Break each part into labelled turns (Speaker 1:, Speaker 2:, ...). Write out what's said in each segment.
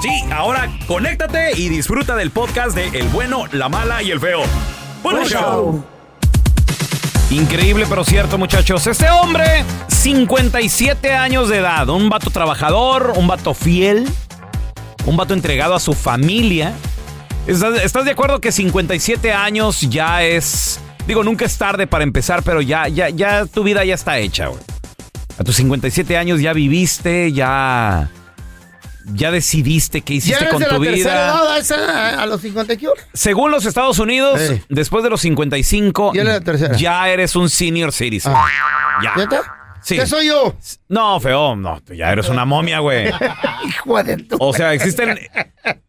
Speaker 1: Sí, ahora conéctate y disfruta del podcast de El bueno, la mala y el feo. Buen
Speaker 2: Buen
Speaker 1: show.
Speaker 2: show.
Speaker 1: Increíble pero cierto, muchachos. Este hombre, 57 años de edad, un vato trabajador, un vato fiel, un vato entregado a su familia. ¿Estás, estás de acuerdo que 57 años ya es... Digo, nunca es tarde para empezar, pero ya, ya, ya tu vida ya está hecha, güey. A tus 57 años ya viviste, ya... Ya decidiste qué hiciste con
Speaker 2: de
Speaker 1: tu
Speaker 2: la tercera
Speaker 1: vida.
Speaker 2: edad a, esa- a los 50 que hora.
Speaker 1: Según los Estados Unidos,
Speaker 2: Ey.
Speaker 1: después de los 55,
Speaker 2: Ya era la tercera.
Speaker 1: ya eres un senior citizen.
Speaker 2: Ah.
Speaker 1: Ya.
Speaker 2: ¿Neta?
Speaker 1: Sí.
Speaker 2: ¿Qué soy yo?
Speaker 1: No, feo, no, tú ya eres una momia, güey.
Speaker 2: Hijo de tu...
Speaker 1: O sea, existen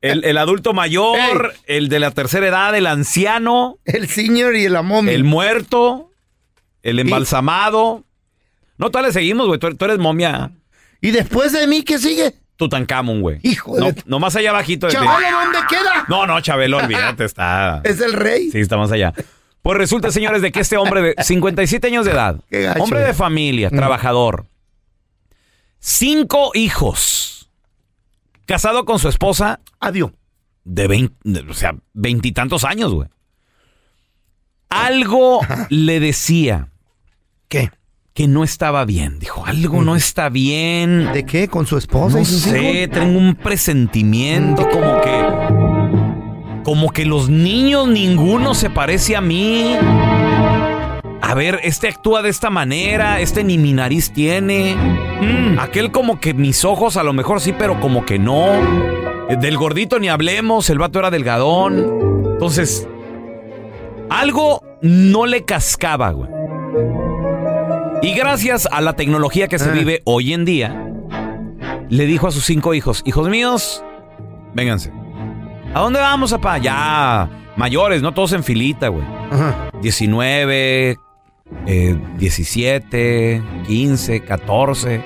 Speaker 1: el, el adulto mayor, el de la tercera edad, el anciano,
Speaker 2: El senior y el amón.
Speaker 1: el muerto, el embalsamado. No, todavía le seguimos, güey. Tú, tú eres momia
Speaker 2: ¿Y después de mí qué sigue?
Speaker 1: Tutankamón, güey.
Speaker 2: Hijo de
Speaker 1: no,
Speaker 2: tu-
Speaker 1: Nomás allá abajito. de ti.
Speaker 2: Chaval, ¿dónde queda?
Speaker 1: Pues No, no, Chabelo, olvídate, está...
Speaker 2: Es el rey.
Speaker 1: Sí, está más allá. Pues resulta, señores, de que este hombre de 57 años de edad,
Speaker 2: Qué gacho,
Speaker 1: hombre de
Speaker 2: eh.
Speaker 1: familia, trabajador, cinco hijos, casado con su esposa
Speaker 2: Adiós.
Speaker 1: de 20, de- o sea, veintitantos años, güey. Algo le decía
Speaker 2: ¿Qué?
Speaker 1: que no estaba bien. Dijo, algo
Speaker 2: Mm.
Speaker 1: no está bien.
Speaker 2: ¿De qué? ¿Con su esposa?
Speaker 1: No
Speaker 2: y sus
Speaker 1: sé,
Speaker 2: hijos?
Speaker 1: tengo un presentimiento como que. Como que los niños ninguno se parece a mí. A ver, este actúa de esta manera, este ni mi nariz tiene. Mm, aquel como que mis ojos a lo mejor sí, pero como que no. Eh, Del gordito ni hablemos, el vato era delgadón. Entonces, algo no le cascaba, güey. Y gracias a la tecnología que se
Speaker 2: Ah.
Speaker 1: vive hoy en día, le dijo a sus cinco hijos, hijos míos, vénganse. ¿A dónde vamos, papá? Ya, mayores, no todos en filita, güey.
Speaker 2: Ajá.
Speaker 1: 19, eh, 17, 15, 14.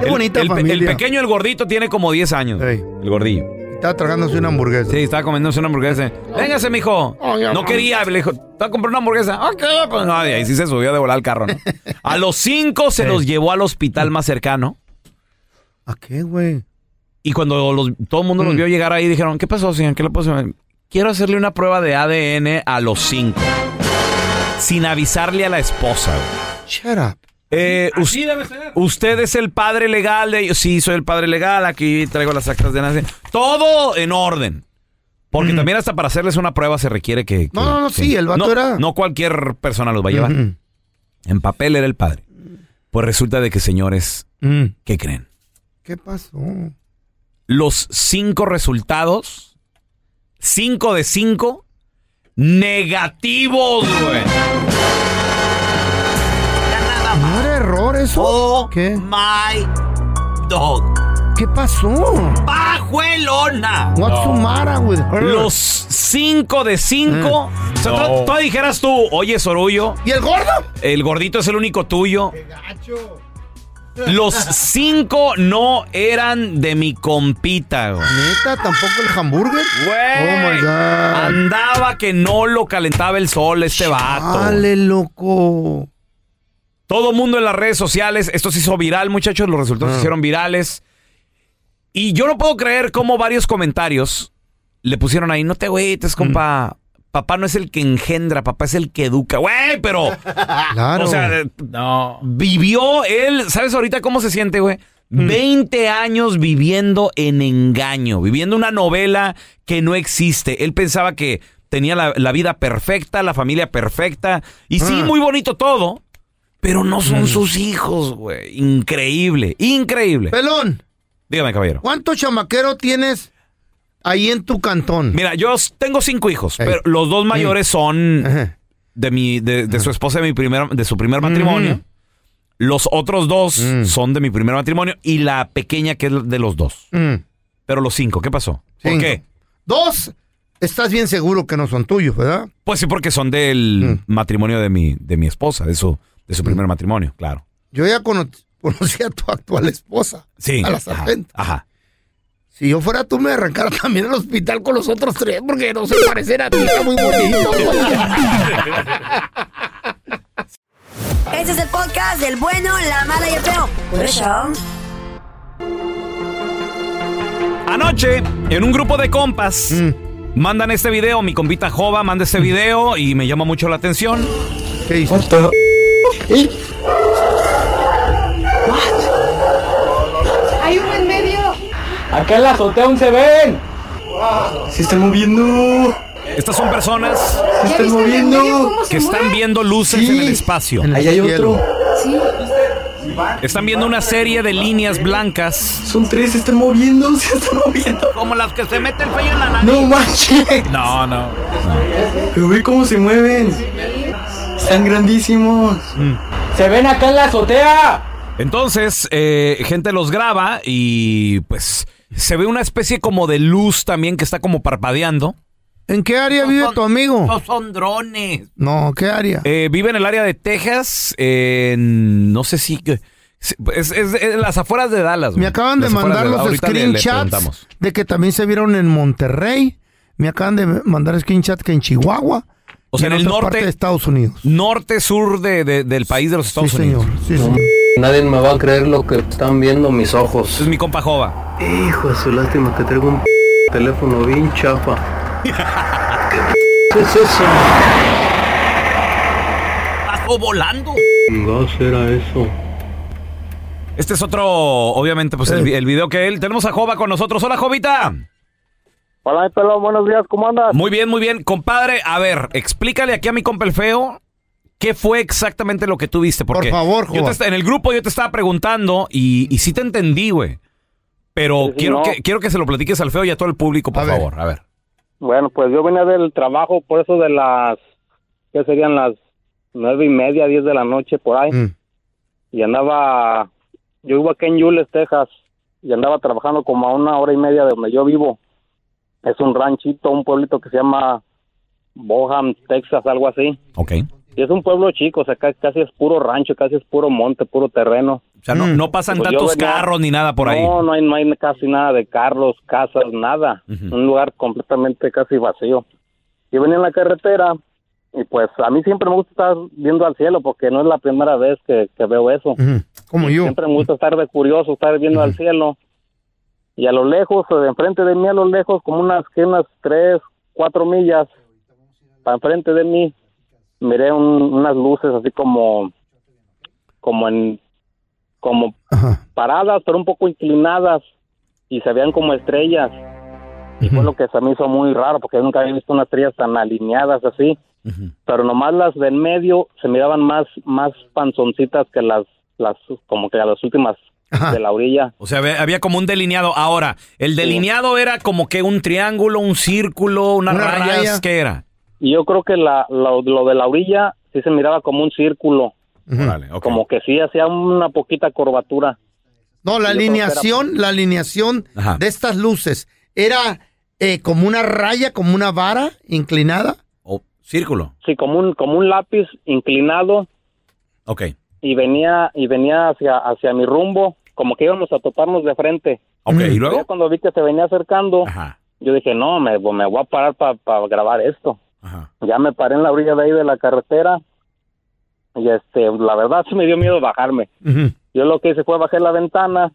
Speaker 2: Qué
Speaker 1: El-
Speaker 2: bonita
Speaker 1: el, pe-
Speaker 2: familia.
Speaker 1: El pequeño, el gordito, tiene como 10 años.
Speaker 2: Ey.
Speaker 1: El gordillo.
Speaker 2: Estaba tragándose una hamburguesa.
Speaker 1: Sí, estaba comiéndose una hamburguesa. Véngase, mijo. No quería, le dijo, te a comprar una hamburguesa. Ok, pues no, y ahí sí se subió de volar al carro, ¿no? A los cinco se
Speaker 2: Sí.
Speaker 1: los llevó al hospital más cercano.
Speaker 2: ¿A qué, güey?
Speaker 1: Y cuando los- todo el mundo los
Speaker 2: Mm.
Speaker 1: vio llegar ahí, dijeron, ¿qué pasó, señor? ¿Qué le pasó? Quiero hacerle una prueba de ADN a los cinco. Sin avisarle a la esposa. güey.
Speaker 2: Shut up.
Speaker 1: Eh, us- Usted es el padre legal de ellos. Sí, soy el padre legal. Aquí traigo las actas de nacimiento. Todo en orden. Porque
Speaker 2: Ujú.
Speaker 1: también hasta para hacerles una prueba se requiere que... que-
Speaker 2: No, no, no,
Speaker 1: que-
Speaker 2: sí, el vato
Speaker 1: no,
Speaker 2: era-
Speaker 1: No cualquier persona los va a llevar.
Speaker 2: Ujú.
Speaker 1: En papel era el padre. Pues resulta de que, señores,
Speaker 2: Mm.
Speaker 1: ¿qué creen?
Speaker 2: ¿Qué pasó?
Speaker 1: los cinco resultados, cinco de cinco, negativos, güey.
Speaker 2: ¿No era error eso?
Speaker 1: Oh.
Speaker 2: ¿Qué?
Speaker 1: My dog.
Speaker 2: ¿Qué pasó?
Speaker 1: Pajuelona.
Speaker 2: What's the matter with her?
Speaker 1: Los cinco de cinco.
Speaker 2: Mm.
Speaker 1: O sea,
Speaker 3: No.
Speaker 1: tú, tú dijeras tú, oye, Sorullo,
Speaker 2: ¿Y el gordo?
Speaker 1: el gordito es el único tuyo. Los cinco no eran de mi compita, güey.
Speaker 2: Neta, tampoco el hamburger.
Speaker 1: Güey.
Speaker 2: Oh my God.
Speaker 1: Andaba que no lo calentaba el sol este vato. güey.
Speaker 2: Dale, loco.
Speaker 1: Todo mundo en las redes sociales. Esto se hizo viral, muchachos. Los resultados
Speaker 2: Ah.
Speaker 1: se hicieron virales. Y yo no puedo creer cómo varios comentarios le pusieron ahí. No te agüites, compa.
Speaker 2: Mm.
Speaker 1: Papá no es el que engendra, papá es el que educa. Güey, pero.
Speaker 2: Claro.
Speaker 1: O sea, eh,
Speaker 3: No.
Speaker 1: vivió él. ¿Sabes ahorita cómo se siente, güey?
Speaker 2: Mm.
Speaker 1: 20 años viviendo en engaño, viviendo una novela que no existe. Él pensaba que tenía la, la vida perfecta, la familia perfecta. Y sí,
Speaker 2: Ah. Mm.
Speaker 1: muy bonito todo, pero no son sus hijos, güey. Increíble, increíble.
Speaker 2: Pelón,
Speaker 1: Dígame, caballero.
Speaker 2: ¿cuántos chamaqueros tienes ahí en tu cantón?
Speaker 1: Mira, yo s- tengo cinco hijos,
Speaker 2: Ey.
Speaker 1: pero los dos mayores son
Speaker 2: Ajá.
Speaker 1: de mi de, de su esposa de mi primer de su primer matrimonio.
Speaker 2: Ujú.
Speaker 1: Los otros dos
Speaker 2: Mm.
Speaker 1: son de mi primer matrimonio y la pequeña que es de los dos.
Speaker 2: Mm.
Speaker 1: Pero los cinco, ¿qué pasó? ¿Por
Speaker 2: Cinco.
Speaker 1: qué?
Speaker 2: Dos, estás bien seguro que no son tuyos, ¿verdad?
Speaker 1: Pues sí, porque son del
Speaker 2: Mm.
Speaker 1: matrimonio de mi, de mi esposa, de su, de su primer matrimonio, claro.
Speaker 2: Yo ya cono- conocí a tu actual esposa,
Speaker 1: Sí.
Speaker 2: a la
Speaker 1: ajá,
Speaker 2: sargento.
Speaker 1: Ajá.
Speaker 2: Si yo fuera tú, me arrancara también al hospital con los otros tres, porque no se parecen a ti, está muy bonito.
Speaker 4: Este es el podcast del bueno, la mala y el feo. Por eso.
Speaker 1: Anoche, en un grupo de compas,
Speaker 2: Mm.
Speaker 1: mandan este video. Mi compita Jova manda este video y me llama mucho la atención.
Speaker 2: ¿Qué hizo?
Speaker 3: Hay uno en medio.
Speaker 5: Acá en la azotea aún se ven. Se están moviendo.
Speaker 1: Estas son personas
Speaker 5: Se
Speaker 3: ¿Ya
Speaker 5: están
Speaker 3: viste el de en medio
Speaker 5: moviendo.
Speaker 3: cómo se
Speaker 1: que están
Speaker 3: mueve?
Speaker 1: viendo luces
Speaker 5: Sí.
Speaker 1: en el espacio.
Speaker 2: En el
Speaker 5: Ahí hay
Speaker 2: cielo.
Speaker 5: otro.
Speaker 3: Sí.
Speaker 1: Están viendo una serie de líneas blancas.
Speaker 5: Son tres, se están moviendo, se están moviendo.
Speaker 1: Como las que se mete el pelo en la
Speaker 5: No manches.
Speaker 1: No, no.
Speaker 5: Pero ve cómo se mueven. Están grandísimos.
Speaker 6: Mm.
Speaker 5: Se ven acá en la azotea.
Speaker 1: Entonces, eh, gente los graba y pues se ve una especie como de luz también que está como parpadeando.
Speaker 2: ¿En qué área vive tu amigo?
Speaker 1: son drones.
Speaker 2: No, ¿qué área?
Speaker 1: Eh, vive en el área de Texas, en- no sé si... Es, es- es las afueras de Dallas. güey.
Speaker 2: Me acaban de
Speaker 1: Las afueras
Speaker 2: mandar
Speaker 1: Dallas.
Speaker 2: los
Speaker 1: Ahorita le- le
Speaker 2: screenshots
Speaker 1: preguntamos.
Speaker 2: de que también se vieron en Monterrey. Me acaban de mandar screenshots que en Chihuahua.
Speaker 1: O sea,
Speaker 2: y
Speaker 1: en el
Speaker 2: otra
Speaker 1: norte-
Speaker 2: parte de Estados Unidos.
Speaker 1: Norte, sur de- de- del país de los Estados
Speaker 2: sí,
Speaker 1: Unidos.
Speaker 2: señor. Sí, señor.
Speaker 7: Nadie me va a creer lo que están viendo mis ojos.
Speaker 1: Es mi compa Jova.
Speaker 7: Hijo de su lástima que traigo un teléfono bien chapa. ¿Qué es eso?
Speaker 1: ¡Bajo volando!
Speaker 7: No será eso.
Speaker 1: Este es otro, obviamente, pues el, vi- el video que él. Tenemos a Jova con nosotros. Hola, Jovita.
Speaker 8: Hola, mi pelón, buenos días, ¿cómo andas?
Speaker 1: Muy bien, muy bien. Compadre, a ver, explícale aquí a mi compa el feo qué fue exactamente lo que tú viste. Porque
Speaker 2: Por favor,
Speaker 1: yo
Speaker 2: Jova.
Speaker 1: te est- En el grupo yo te estaba preguntando y, y sí te entendí, güey. Pero
Speaker 8: Sí,
Speaker 1: quiero,
Speaker 8: Pues no.
Speaker 1: que, quiero que se lo platiques al feo y a todo el público, por
Speaker 2: A ver.
Speaker 1: favor. A ver.
Speaker 8: Bueno, pues yo venía del trabajo, por eso de las, ¿qué serían las nueve y media, diez de la noche por ahí?
Speaker 2: Mm.
Speaker 8: Y andaba, yo vivo aquí en Yules, Texas, y andaba trabajando como a una hora y media de donde yo vivo. Es un ranchito, un pueblito que se llama Boham, Texas, algo así.
Speaker 1: Ok.
Speaker 8: Y es un pueblo chico, o sea, ca- casi es puro rancho, casi es puro monte, puro terreno.
Speaker 1: O sea, no,
Speaker 2: Mm.
Speaker 1: no pasan
Speaker 8: Pues yo
Speaker 1: tantos
Speaker 8: venía-
Speaker 1: carros ni nada por ahí.
Speaker 8: No, no hay, no hay casi nada de carros, casas, nada.
Speaker 1: Ujú.
Speaker 8: Un lugar completamente casi vacío. Yo venía en la carretera y pues a mí siempre me gusta estar viendo al cielo porque no es la primera vez que, que veo eso.
Speaker 2: Ujú. Como Mm, yo.
Speaker 8: Siempre me gusta estar de curioso, estar viendo al cielo. Y a lo lejos, de enfrente de mí, a lo lejos, como unas, que unas tres, cuatro millas, para enfrente de mí, miré un- unas luces así como, como en, como
Speaker 2: Ajá.
Speaker 8: paradas, pero un poco inclinadas y se veían como estrellas. Y fue lo que se me hizo muy raro porque nunca había visto unas estrellas tan alineadas así.
Speaker 1: Ujú.
Speaker 8: Pero nomás las del medio se miraban más, más panzoncitas que las, las como que las últimas
Speaker 2: Ajá.
Speaker 8: de la orilla.
Speaker 1: O sea, había, había como un delineado. Ahora, el delineado era como que un triángulo, un círculo, unas
Speaker 2: Una
Speaker 1: rayas.
Speaker 2: raya.
Speaker 1: ¿Qué era?
Speaker 8: Y yo creo que la, lo, lo de la orilla sí se miraba como un círculo,
Speaker 2: Ujú.
Speaker 1: Órale, ok.
Speaker 8: como que sí hacía una poquita curvatura.
Speaker 2: No, la
Speaker 8: Yo creo que era-
Speaker 2: alineación, la alineación
Speaker 1: Ajá.
Speaker 2: de estas luces era eh, como una raya, como una vara inclinada.
Speaker 1: O- círculo.
Speaker 8: Sí, como un, como un lápiz inclinado
Speaker 1: Ok.
Speaker 8: y venía, y venía hacia, hacia mi rumbo, como que íbamos a toparnos de frente.
Speaker 1: Ok, ¿y
Speaker 2: Mm.
Speaker 8: Pero
Speaker 1: luego?
Speaker 8: ya cuando vi que se venía acercando,
Speaker 1: Ajá.
Speaker 8: yo dije, no, me, me voy a parar para grabar esto.
Speaker 1: Ajá.
Speaker 8: Ya me paré en la orilla de ahí de la carretera y este, la verdad sí me dio miedo bajarme.
Speaker 2: Ujú.
Speaker 8: Yo lo que hice fue bajé la ventana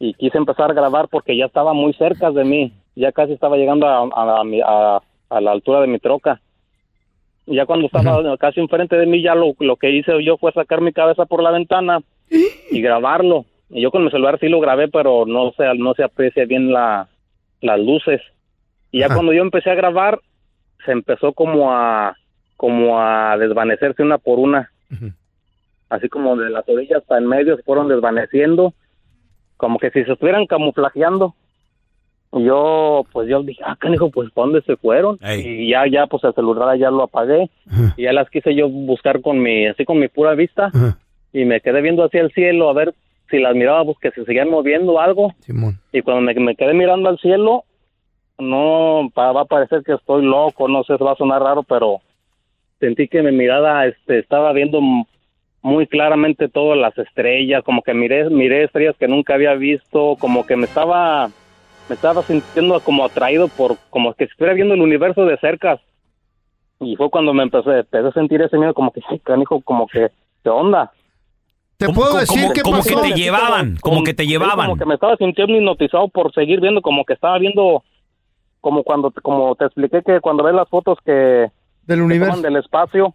Speaker 8: y quise empezar a grabar porque ya estaba muy cerca de mí. Ya casi estaba llegando a, a- a mi- a- a la altura de mi troca. Y ya cuando estaba casi enfrente de mí, ya lo, lo que hice yo fue sacar mi cabeza por la ventana y grabarlo. Y yo con mi celular sí lo grabé, pero no se, no se aprecia bien la, las luces. Y ya
Speaker 2: Ajá.
Speaker 8: cuando yo empecé a grabar, se empezó como a, como a desvanecerse una por una.
Speaker 2: Ujú.
Speaker 8: Así como de las orillas hasta en medio se fueron desvaneciendo, como que si se estuvieran camuflajeando. Y yo, pues yo dije, ah, canijo, pues ¿para dónde se fueron?
Speaker 1: Ey.
Speaker 8: Y ya, ya, pues el celular ya lo apagué.
Speaker 2: Ajá.
Speaker 8: Y ya las quise yo buscar con mi, así con mi pura vista
Speaker 2: Ajá.
Speaker 8: y me quedé viendo hacia el cielo a ver si las miraba, pues que se seguían moviendo o algo.
Speaker 2: Simón.
Speaker 8: Y cuando me, me quedé mirando al cielo, no pa- va a parecer que estoy loco, no sé, va a sonar raro, pero sentí que mi mirada este, estaba viendo m- muy claramente todas las estrellas, como que miré, miré estrellas que nunca había visto, como que me estaba, me estaba sintiendo como atraído por, como que estuviera viendo el universo de cerca. Y fue cuando me empecé, empecé a sentir ese miedo, como que, sí, canijo, como que, ¿qué onda?
Speaker 2: Te puedo decir
Speaker 1: como-
Speaker 2: qué
Speaker 1: como
Speaker 8: Pues
Speaker 2: pasó.
Speaker 1: que te llevaban, como, que te llevaban.
Speaker 8: Como que me estaba sintiendo hipnotizado por seguir viendo, como que estaba viendo, como cuando, como te expliqué que cuando ves las fotos que
Speaker 2: Del
Speaker 8: toman
Speaker 2: universo.
Speaker 8: del espacio,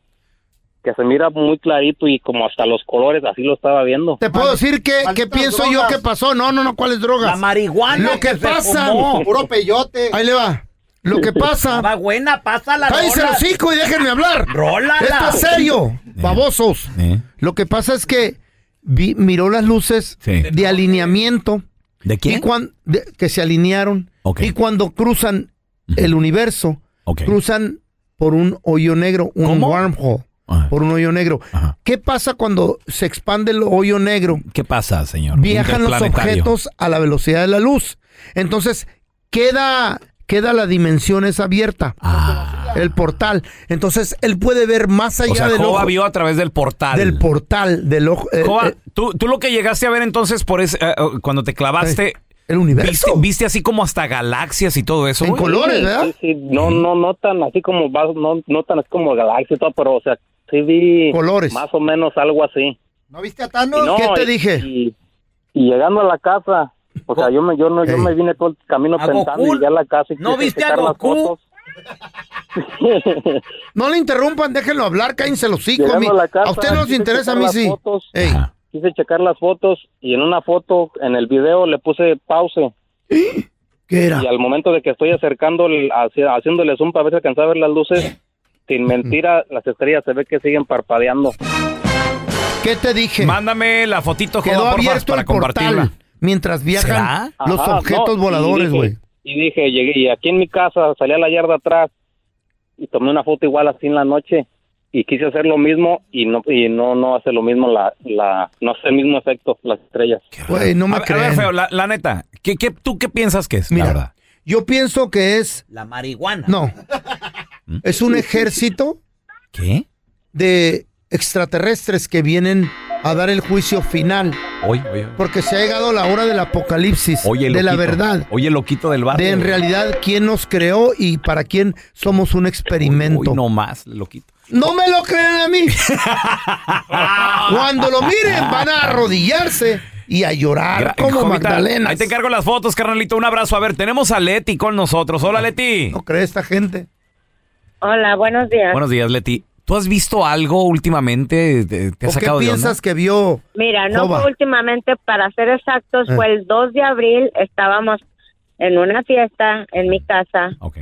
Speaker 8: que se mira muy clarito y como hasta los colores, así lo estaba viendo.
Speaker 2: Te puedo decir que, que
Speaker 9: Malditas
Speaker 2: pienso yo
Speaker 9: drogas.
Speaker 2: que pasó. No, no, no, ¿cuáles drogas?
Speaker 9: marihuana.
Speaker 2: Lo que pasa.
Speaker 9: Puro peyote.
Speaker 2: Ahí le va. Lo que pasa.
Speaker 9: Va buena, pasa la
Speaker 2: ¡Cállese el hocico y déjenme hablar!
Speaker 9: Rólala.
Speaker 2: ¡Esto es serio! ¡Babosos!
Speaker 1: Eh.
Speaker 2: Lo que pasa es que vi- miró las luces
Speaker 1: Sí.
Speaker 2: de alineamiento
Speaker 1: ¿De
Speaker 2: y cuan- de- que se alinearon.
Speaker 1: Ok.
Speaker 2: Y cuando cruzan el universo,
Speaker 1: Ok.
Speaker 2: cruzan por un hoyo negro, un wormhole,
Speaker 1: Ajá.
Speaker 2: por un hoyo negro.
Speaker 1: Ah, Ajá.
Speaker 2: ¿Qué pasa cuando se expande el hoyo negro?
Speaker 1: ¿Qué pasa, señor?
Speaker 2: Viajan los
Speaker 1: Interplanetario.
Speaker 2: objetos a la velocidad de la luz. Entonces, queda, queda la dimensión es abierta.
Speaker 1: Ah.
Speaker 2: El portal. Entonces, él puede ver más allá
Speaker 1: O sea,
Speaker 2: del
Speaker 1: Jova
Speaker 2: ojo-
Speaker 1: vio a través del portal.
Speaker 2: del portal del ojo. eh,
Speaker 1: Jova,
Speaker 2: eh,
Speaker 1: tú, tú lo que llegaste a ver entonces por ese, eh, eh, cuando te clavaste, viste,
Speaker 2: el universo.
Speaker 1: viste así como hasta galaxias y todo eso.
Speaker 2: En
Speaker 1: güey?
Speaker 2: colores,
Speaker 8: Sí,
Speaker 2: ¿verdad?
Speaker 8: Sí, sí, no, no, no tan así como, vas- no, no tan así como galaxia y todo, pero, o sea, sí vi
Speaker 2: Colores.
Speaker 8: más o menos algo así.
Speaker 9: ¿No viste a
Speaker 8: Y
Speaker 9: Thanos?
Speaker 8: no,
Speaker 2: ¿qué te
Speaker 8: y-
Speaker 2: dije?
Speaker 8: Y, y llegando a la casa, o sea, yo me, yo no, yo
Speaker 2: Ey.
Speaker 8: me vine todo el camino
Speaker 9: ¿A
Speaker 8: pensando
Speaker 9: Goku?
Speaker 8: y llegué a la casa y
Speaker 9: ¿No
Speaker 8: quise
Speaker 9: viste a
Speaker 8: checar las
Speaker 9: Goku?
Speaker 8: fotos.
Speaker 2: No le interrumpan, déjenlo hablar, cállense los hocico.
Speaker 8: Llegando
Speaker 2: a mí-
Speaker 8: a la casa,
Speaker 2: a usted no nos
Speaker 8: quise
Speaker 2: interesa, a
Speaker 8: checar
Speaker 2: mí
Speaker 8: las
Speaker 2: sí. Eh.
Speaker 8: fotos.
Speaker 2: Ey,
Speaker 1: Ajá.
Speaker 8: Quise checar las fotos y en una foto, en el video, le puse pause.
Speaker 2: ¿Qué era?
Speaker 8: Y al momento de que estoy acercando, el- hacia- haciéndole zoom para ver si alcanzaba a ver las luces, sin mentira, las estrellas se ve que siguen parpadeando.
Speaker 2: ¿Qué te dije?
Speaker 1: Mándame la fotito, Jova,
Speaker 2: Quedó
Speaker 1: porfa,
Speaker 2: abierto
Speaker 1: para
Speaker 2: el
Speaker 1: compartirla.
Speaker 2: portal mientras viajan
Speaker 1: ¿Será?
Speaker 2: los
Speaker 8: Ajá,
Speaker 2: objetos
Speaker 8: no,
Speaker 2: voladores,
Speaker 8: y dije-
Speaker 2: güey.
Speaker 8: Y dije, llegué y aquí en mi casa, salí a la yarda atrás y tomé una foto igual así en la noche y quise hacer lo mismo y no y no no hace lo mismo la la no hace el mismo efecto las estrellas.
Speaker 2: Güey, no
Speaker 1: a,
Speaker 2: me
Speaker 1: ver- a ver,
Speaker 2: crean.
Speaker 1: feo, la, la neta, ¿qué, qué, tú qué piensas que es? la
Speaker 2: Mira,
Speaker 1: verdad.
Speaker 2: Yo pienso que es.
Speaker 9: La marihuana.
Speaker 2: No. es un ejército
Speaker 1: ¿Qué?
Speaker 2: de extraterrestres que vienen a dar el juicio final.
Speaker 1: Oye, oye.
Speaker 2: Porque se ha llegado la hora del apocalipsis,
Speaker 1: Oye,
Speaker 2: de la
Speaker 1: loquito.
Speaker 2: verdad,
Speaker 1: Oye, loquito del barrio.
Speaker 2: de en realidad quién nos creó y para quién somos un experimento.
Speaker 1: Uy,
Speaker 2: no.
Speaker 1: no más, loquito.
Speaker 2: me lo crean a mí. Cuando lo miren van a arrodillarse y a
Speaker 1: Gra-
Speaker 2: llorar como
Speaker 1: Jovita,
Speaker 2: Ah, Magdalena.
Speaker 1: Ahí te encargo las fotos, carnalito. Un abrazo. A ver, tenemos a Leti con nosotros. Hola, Leti.
Speaker 2: ¿No cree esta gente?
Speaker 10: Hola, buenos días.
Speaker 1: Buenos días, Leti. ¿Tú has visto algo últimamente? ¿Te, te
Speaker 2: ¿O
Speaker 1: has
Speaker 2: qué
Speaker 1: sacado de onda?
Speaker 2: piensas que vio?
Speaker 10: Mira, no
Speaker 2: Jova.
Speaker 10: fue últimamente, para ser exactos,
Speaker 1: Ah.
Speaker 2: Eh.
Speaker 10: fue el 2 de abril, estábamos en una fiesta en mi casa,
Speaker 1: Ok.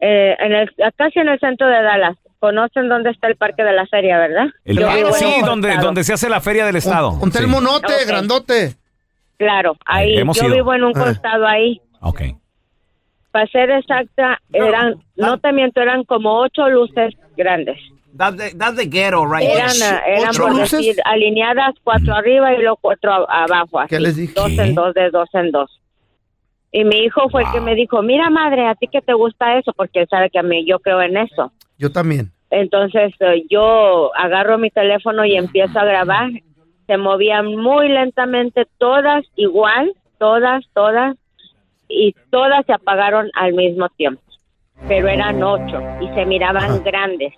Speaker 10: eh, en el, casi en el centro de Dallas. Conocen dónde está el Parque de la Feria, ¿verdad?
Speaker 1: El-
Speaker 10: Yo
Speaker 1: Ah,
Speaker 10: vivo en
Speaker 1: sí,
Speaker 10: otro
Speaker 1: donde,
Speaker 10: estado.
Speaker 1: donde se hace la feria del estado.
Speaker 2: Con, con
Speaker 1: Sí.
Speaker 2: Telmo Note,
Speaker 10: Ok.
Speaker 2: grandote.
Speaker 10: Claro, ahí,
Speaker 1: eh, hemos
Speaker 10: yo
Speaker 1: ido.
Speaker 10: vivo en un
Speaker 2: Ah.
Speaker 10: costado ahí.
Speaker 1: Ok.
Speaker 10: Para ser exacta, eran, no te miento, eran como ocho luces grandes.
Speaker 9: That's the, that's the ghetto right
Speaker 10: Eran,
Speaker 9: there.
Speaker 10: eh, eran
Speaker 2: ocho
Speaker 10: por
Speaker 2: luces?
Speaker 10: decir, alineadas cuatro arriba y luego cuatro a- abajo. Así,
Speaker 2: ¿Qué les dije?
Speaker 10: Dos en dos, de dos en dos. Y mi hijo fue el que
Speaker 1: Wow.
Speaker 10: me dijo, mira madre, a ti que te gusta eso, porque él sabe que a mí yo creo en eso.
Speaker 2: Yo también.
Speaker 10: Entonces eh, yo agarro mi teléfono y empiezo a grabar. Se movían muy lentamente, todas igual, todas, todas, y todas se apagaron al mismo tiempo. Pero eran ocho y se miraban
Speaker 2: Ajá.
Speaker 10: grandes.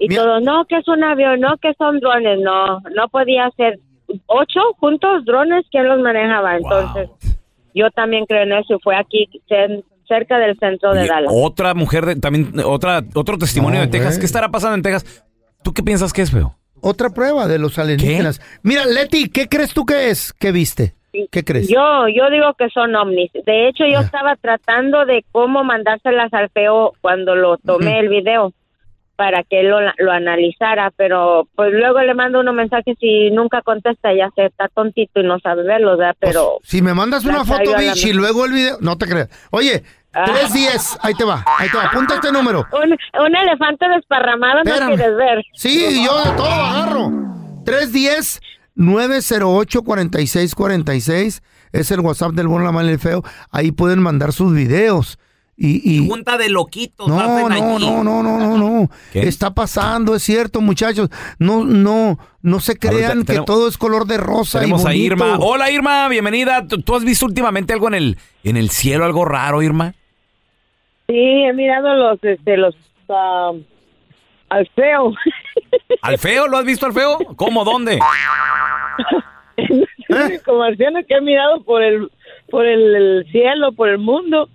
Speaker 10: Y
Speaker 2: Mi-
Speaker 10: todo, no, que es un avión, no, que son drones, no, no podía ser ocho juntos drones, ¿quién los manejaba? Entonces, yo también creo en eso y fue aquí, cen- cerca del centro de
Speaker 1: Oye,
Speaker 10: Dallas.
Speaker 1: otra mujer, de- también otra, otro testimonio
Speaker 2: No,
Speaker 1: de Texas.
Speaker 2: güey.
Speaker 1: ¿Qué estará pasando en Texas? ¿Tú qué piensas que es, feo?
Speaker 2: Otra prueba de los alienígenas. Mira, Leti, ¿qué crees tú que es? ¿Qué viste? ¿Qué crees?
Speaker 10: Yo, yo digo que son ovnis. De hecho, yo estaba tratando de cómo mandárselas al feo cuando lo tomé el video para que él lo, lo analizara, pero pues luego le mando unos mensajes y nunca contesta, ya se está tontito y no sabe verlo, ¿verdad?
Speaker 2: Pues,
Speaker 10: Pero
Speaker 2: si me mandas
Speaker 10: la
Speaker 2: una foto,
Speaker 10: traigo Ah. a la
Speaker 2: bitch, y
Speaker 10: mesa.
Speaker 2: luego el video. No te creas. Oye, 310. Ahí te va. Ahí te va. Apunta este número.
Speaker 10: un, un elefante desparramado
Speaker 2: Espérame.
Speaker 10: no quieres ver.
Speaker 2: Sí, yo de todo agarro. 310 908-4646. Es el WhatsApp del Bueno, la Mala y el Feo. Ahí pueden mandar sus videos. Y, y-
Speaker 9: Junta de loquitos.
Speaker 2: no,
Speaker 9: hacen
Speaker 2: no,
Speaker 9: allí.
Speaker 2: no, no, no, no, no.
Speaker 9: ¿Qué?
Speaker 2: Está pasando, es cierto, muchachos. No, no, no se
Speaker 1: Ahorita
Speaker 2: crean que
Speaker 1: tenemos-
Speaker 2: todo es color de rosa.
Speaker 1: Tenemos a
Speaker 2: y bonito.
Speaker 1: Irma. Hola Irma, bienvenida. ¿Tú, tú has visto últimamente algo en el, en el cielo, algo raro, Irma?
Speaker 11: Sí, he mirado los, este, los, ah,
Speaker 10: um,
Speaker 11: al feo.
Speaker 1: ¿Al feo? ¿Lo has visto al feo? ¿Cómo? ¿Dónde?
Speaker 2: ¿Eh?
Speaker 11: Comerciales que he mirado por el, por el, el cielo, por el mundo.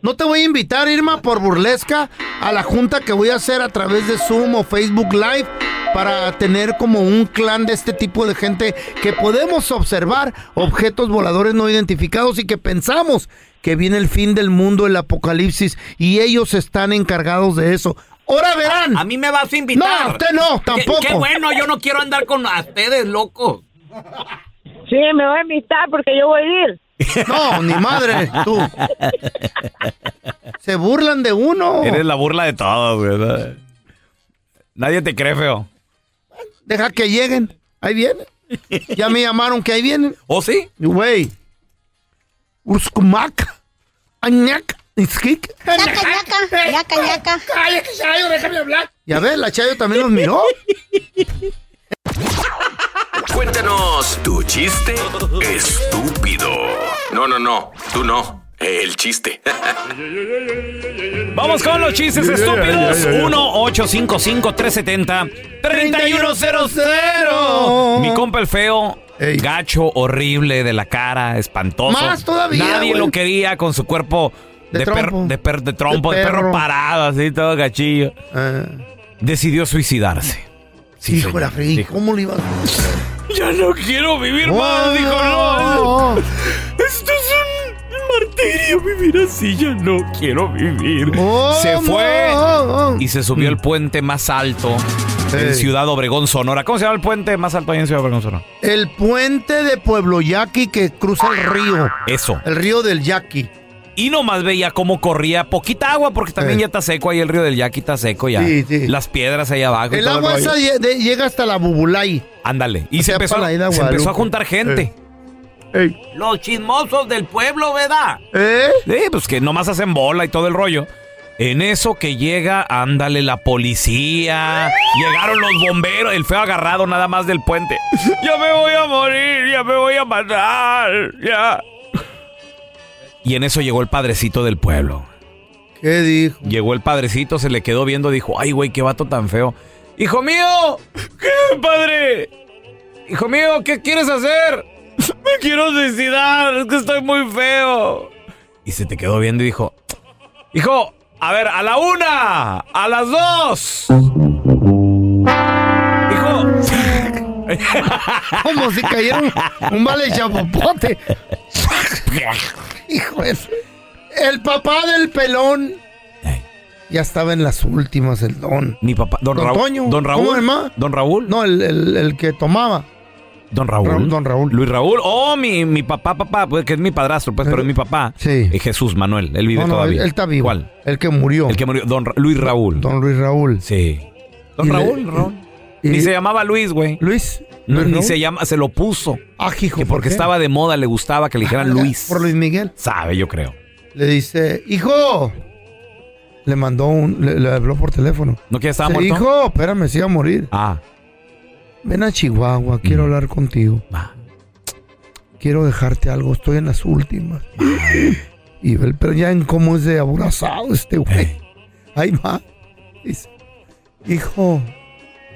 Speaker 2: No te voy a invitar, Irma, por burlesca a la junta que voy a hacer a través de Zoom o Facebook Live para tener como un clan de este tipo de gente que podemos observar objetos voladores no identificados y que pensamos que viene el fin del mundo, el apocalipsis, y ellos están encargados de eso. ¡Ahora verán! A,
Speaker 9: mí me vas a invitar.
Speaker 2: No, usted no,
Speaker 9: Qué-
Speaker 2: tampoco.
Speaker 9: Qué, bueno, yo no quiero andar con ustedes, loco.
Speaker 11: Sí, me voy a invitar porque yo voy a ir.
Speaker 2: No, ni madre, tú. Se burlan de uno.
Speaker 1: Eres la burla de todos, güey. Nadie te cree, feo.
Speaker 2: Deja que lleguen. Ahí vienen. Ya me llamaron que ahí vienen.
Speaker 1: ¿O sí?
Speaker 2: Güey. Urskumak. Añac. Iskik.
Speaker 12: Yaca, yaca, yaca. Cállate, Chayo, déjame hablar.
Speaker 2: Ya ves, la Chayo también los miró.
Speaker 13: Cuéntanos tu chiste estúpido. No, no, no. Tú no. El chiste.
Speaker 1: Vamos con los chistes
Speaker 13: Yeah, yeah, yeah,
Speaker 1: estúpidos.
Speaker 13: yeah, yeah.
Speaker 1: 1-855-370-3100. Mi compa el feo. Gacho, horrible, de la cara, espantoso.
Speaker 2: Más todavía,
Speaker 1: Nadie
Speaker 2: güey.
Speaker 1: lo quería con su cuerpo
Speaker 2: De
Speaker 1: de, per-
Speaker 2: trompo.
Speaker 1: de per- de trompo,
Speaker 2: De
Speaker 1: de perro.
Speaker 2: perro.
Speaker 1: parado, así todo gachillo.
Speaker 2: Ah,
Speaker 1: Decidió suicidarse. Sí,
Speaker 2: Hijo de la
Speaker 1: señor.
Speaker 2: fregui, ¿cómo le Oh, iba a
Speaker 1: Ya no quiero vivir más, dijo, no.
Speaker 2: oh,
Speaker 1: Esto es un martirio vivir así, ya no quiero vivir.
Speaker 2: oh,
Speaker 1: se fue
Speaker 2: Mm.
Speaker 1: y se subió al puente más alto en Ciudad Obregón, Sonora. ¿Cómo se llama el puente más alto ahí en Ciudad Obregón, Sonora?
Speaker 2: El puente de Pueblo Yaqui que cruza el río.
Speaker 1: Eso.
Speaker 2: El río del Yaqui.
Speaker 1: Y nomás veía cómo corría poquita agua, porque también ya está seco ahí el río del Yaqui, está seco ya.
Speaker 2: Sí,
Speaker 1: Las piedras ahí abajo. y
Speaker 2: El
Speaker 1: todo
Speaker 2: agua
Speaker 1: rollo.
Speaker 2: esa lle- de- llega hasta la Bubulay.
Speaker 1: Ándale. Y
Speaker 2: O
Speaker 1: se
Speaker 2: sea,
Speaker 1: empezó,
Speaker 2: para la ida a
Speaker 1: se empezó a
Speaker 2: Guadalupe.
Speaker 1: juntar gente.
Speaker 9: Los chismosos del pueblo, ¿verdad?
Speaker 2: ¿Eh?
Speaker 1: pues que nomás hacen bola y todo el rollo. En eso que llega, ándale la policía. Llegaron los bomberos, el feo agarrado nada más del puente. Ya me voy a morir, ya me voy a matar, ya. Y en eso llegó el padrecito del pueblo.
Speaker 2: ¿Qué dijo?
Speaker 1: Llegó el padrecito, se le quedó viendo, dijo, ay, güey, qué vato tan feo. Hijo mío, ¿qué, padre? Hijo mío, ¿qué quieres hacer? Me quiero suicidar, es que estoy muy feo. Y se te quedó viendo y dijo, hijo, a ver, a la una, a las dos.
Speaker 2: Como si cayera un, un vale chapopote. Hijo de su- El papá del pelón. Ya estaba en las últimas el don.
Speaker 1: Mi papá, don, Raúl.
Speaker 2: Toño.
Speaker 1: Don Raúl.
Speaker 2: ¿Cómo se llama?
Speaker 1: Don Raúl.
Speaker 2: No, el, el- el que tomaba.
Speaker 1: Don Raúl.
Speaker 2: Ra- don Raúl.
Speaker 1: Luis Raúl, oh, mi, mi papá, papá, pues, que es mi padrastro, pues, pero es mi papá. Sí. Jesús Manuel, él vive
Speaker 2: Eh, No, no,
Speaker 1: todavía.
Speaker 2: él- él está vivo.
Speaker 1: ¿Cuál?
Speaker 2: El que murió.
Speaker 1: El que murió, don Ra- Luis Raúl.
Speaker 2: Don Luis Raúl.
Speaker 1: Sí. Don
Speaker 2: Y le-
Speaker 1: Raúl, Raúl. Ni se llamaba Luis, güey.
Speaker 2: Luis.
Speaker 1: No,
Speaker 2: Luis
Speaker 1: ni
Speaker 2: Raúl.
Speaker 1: se llama, se lo puso.
Speaker 2: Ah, hijo.
Speaker 1: Que
Speaker 2: ¿por
Speaker 1: porque
Speaker 2: qué? Ah,
Speaker 1: estaba de moda, le gustaba que le dijeran Luis.
Speaker 2: Por Luis Miguel.
Speaker 1: Sabe, yo creo.
Speaker 2: Le dice, hijo. Le mandó un. Le, le habló por teléfono.
Speaker 1: ¿No que ya estaba
Speaker 2: Sí,
Speaker 1: muerto?
Speaker 2: Hijo, espérame, se iba a morir.
Speaker 1: Ah.
Speaker 2: Ven a Chihuahua,
Speaker 1: Mm.
Speaker 2: quiero hablar contigo. Quiero dejarte algo, estoy en las últimas. y ve el pero ya en cómo es de abrazado este
Speaker 1: Eh.
Speaker 2: güey. Ahí va. Dice, hijo,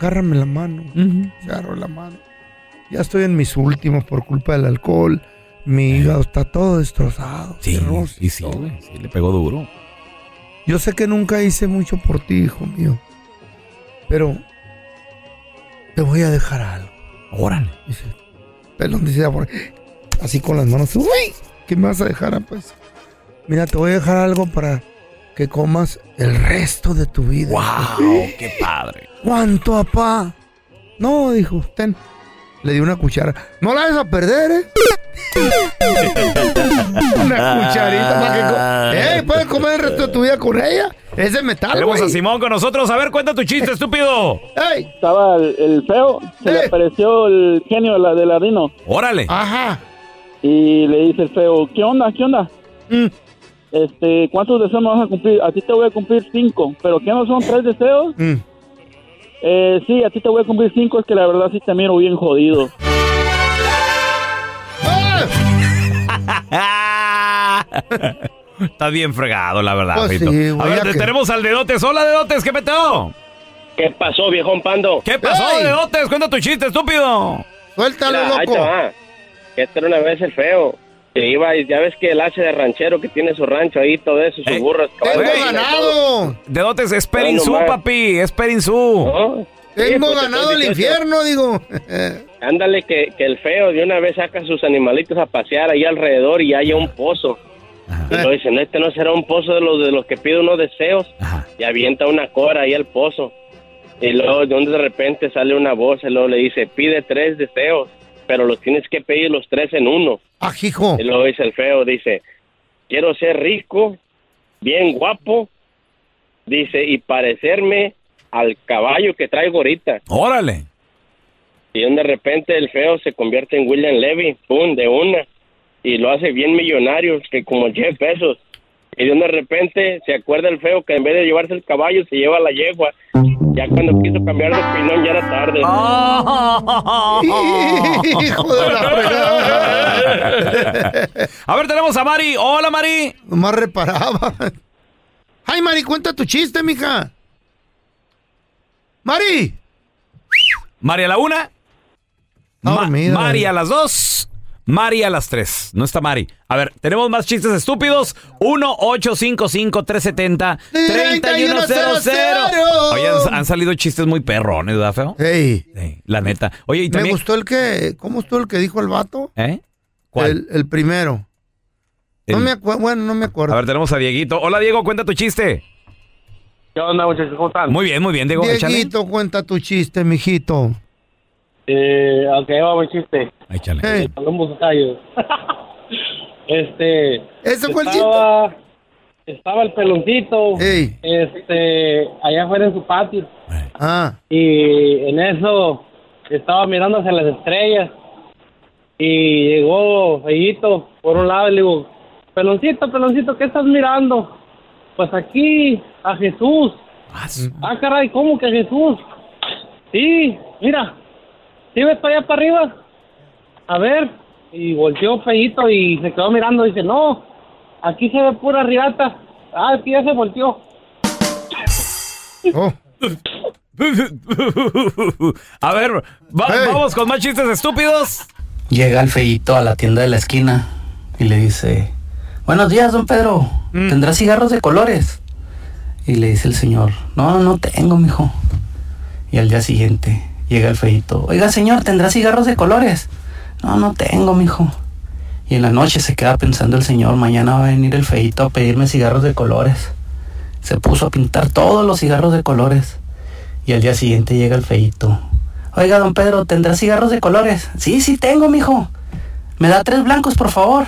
Speaker 2: agárrame la mano. Se agarró la mano. Ya estoy en mis últimos por culpa del alcohol. Mi hígado está todo destrozado.
Speaker 1: Eh. Sí, y sí, güey, sí, le pegó duro.
Speaker 2: Yo sé que nunca hice mucho por ti, hijo mío. Pero te voy a dejar algo.
Speaker 1: Órale.
Speaker 2: Dice, pelón dice, por- así con las manos. Uy, ¿qué me vas a dejar? ah, pues? Mira, te voy a dejar algo para que comas el resto de tu vida. Oh,
Speaker 1: ¡Wow! ¡Qué padre!
Speaker 2: ¿Cuánto, papá? No, dijo, ten. Le di una cuchara. No la vas a perder, ¿eh? una cucharita para que co- ¡Eh! güey, puedes comer el resto de tu vida con ella. Es de metal,
Speaker 1: Tenemos
Speaker 2: güey.
Speaker 1: a Simón con nosotros. A ver, cuenta tu chiste, estúpido.
Speaker 14: Estaba el, el feo, se
Speaker 15: Eh.
Speaker 14: le apareció el genio de la, de ladino.
Speaker 1: Órale.
Speaker 2: Ajá.
Speaker 14: Y le dice el feo, ¿qué onda, qué onda?
Speaker 15: Mm.
Speaker 14: Este, ¿cuántos deseos me vas a cumplir? A ti te voy a cumplir cinco, pero ¿qué no son tres deseos?
Speaker 2: Mm.
Speaker 14: Eh, sí, a ti te voy a cumplir cinco, es que la verdad sí te miro bien jodido.
Speaker 2: Ah,
Speaker 1: Ah. Está bien fregado, la verdad,
Speaker 8: Pues
Speaker 1: Feito.
Speaker 8: sí,
Speaker 1: A
Speaker 8: güey,
Speaker 1: ver,
Speaker 8: ya
Speaker 1: te-
Speaker 8: que-
Speaker 1: tenemos al Dedotes. Hola, Dedotes, ¿qué peteo?
Speaker 8: ¿Qué pasó, viejón pando?
Speaker 1: ¿Qué pasó, Dedotes? Cuenta tu chiste, estúpido.
Speaker 8: Mira, ahí te va. Este era una vez el feo. Que iba, y ya ves que el hace de ranchero que tiene su rancho ahí, todo eso, sus burros, caballos.
Speaker 1: Dedotes, es
Speaker 8: Ay,
Speaker 1: Perinzú,
Speaker 8: nomás.
Speaker 1: papi, es Perinzú.
Speaker 8: Tengo pues, ganado el 18. infierno,
Speaker 2: digo.
Speaker 8: Ándale, que, que el feo de una vez saca sus animalitos a pasear ahí alrededor y haya un pozo. Y lo dicen, este no será un pozo de los, de los que pide unos deseos. Y avienta una cora ahí al pozo. Y luego de un de repente sale una voz y luego le dice, pide tres deseos, pero los tienes que pedir los tres en uno.
Speaker 2: Ah, Hijo.
Speaker 8: Y luego dice el feo, dice, quiero ser rico, bien guapo, dice, y parecerme al caballo que traigo ahorita.
Speaker 1: Órale.
Speaker 8: Y de repente el feo se convierte en William Levy, pum, de una. Y lo hace bien millonario, que como Jeff Bezos. Y de repente se acuerda el feo que en vez de llevarse el caballo se lleva la yegua. Ya cuando quiso cambiar de opinión ya era tarde.
Speaker 2: Hijo de la
Speaker 1: A ver, tenemos a Mari. Hola, Mari.
Speaker 2: Más reparaba. Ay, Mari, cuenta tu chiste, mija. Mari.
Speaker 1: María la una. Ma- Mari a las dos. Mari a las tres. No está Mari. A ver, tenemos más chistes estúpidos. 1-855-370-3100. Oye, han, han salido chistes muy perrones, ¿verdad, feo? Sí, la neta. Oye, y
Speaker 2: Eh, Me
Speaker 1: también.
Speaker 2: gustó el que. ¿Cómo estuvo el que dijo el vato?
Speaker 1: ¿Eh? ¿Cuál?
Speaker 2: El, el primero. No
Speaker 1: El-
Speaker 2: me acuerdo. Bueno, no me acuerdo.
Speaker 1: A ver, tenemos a Dieguito. Hola, Diego, cuenta tu chiste.
Speaker 10: ¿Qué onda, muchachos? ¿Cómo están?
Speaker 1: Muy bien, muy bien, Diego. échale.
Speaker 2: Dieguito, cuenta tu chiste, mijito.
Speaker 10: Eh, ok, vamos, chiste.
Speaker 2: Hey.
Speaker 10: Hablamos gallos. este.
Speaker 2: ¿Ese
Speaker 15: fue el
Speaker 10: estaba, Estaba el peloncito. Este. Allá afuera en su patio.
Speaker 2: Ah.
Speaker 10: Y en eso estaba mirando hacia las estrellas. Y llegó Fellito por un lado y le digo: Peloncito, peloncito, ¿qué estás mirando? Pues aquí, a Jesús. Ah, caray, ¿cómo que Jesús? Sí, mira, ¿sí ves para allá para arriba? A ver, y volteó feíto y se quedó mirando, dice, no, aquí se ve pura riata. Ah, es que ya se volteó.
Speaker 1: A ver, va- vamos con más chistes estúpidos.
Speaker 6: Llega el feíto a la tienda de la esquina y le dice, buenos días, don Pedro,
Speaker 5: Mm.
Speaker 6: ¿tendrá cigarros de colores? Y le dice el señor, no, no tengo, mijo. Y al día siguiente llega el feíto, oiga, señor, ¿tendrá cigarros de colores? No, no tengo, mijo. Y en la noche se queda pensando el señor, mañana va a venir el feíto a pedirme cigarros de colores. Se puso a pintar todos los cigarros de colores. Y al día siguiente llega el feíto. Oiga, don Pedro, ¿tendrá cigarros de colores? Sí, sí tengo, mijo. ¿Me da tres blancos, por favor?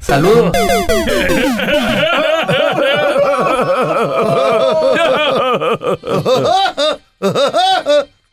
Speaker 6: Saludos.
Speaker 2: oh.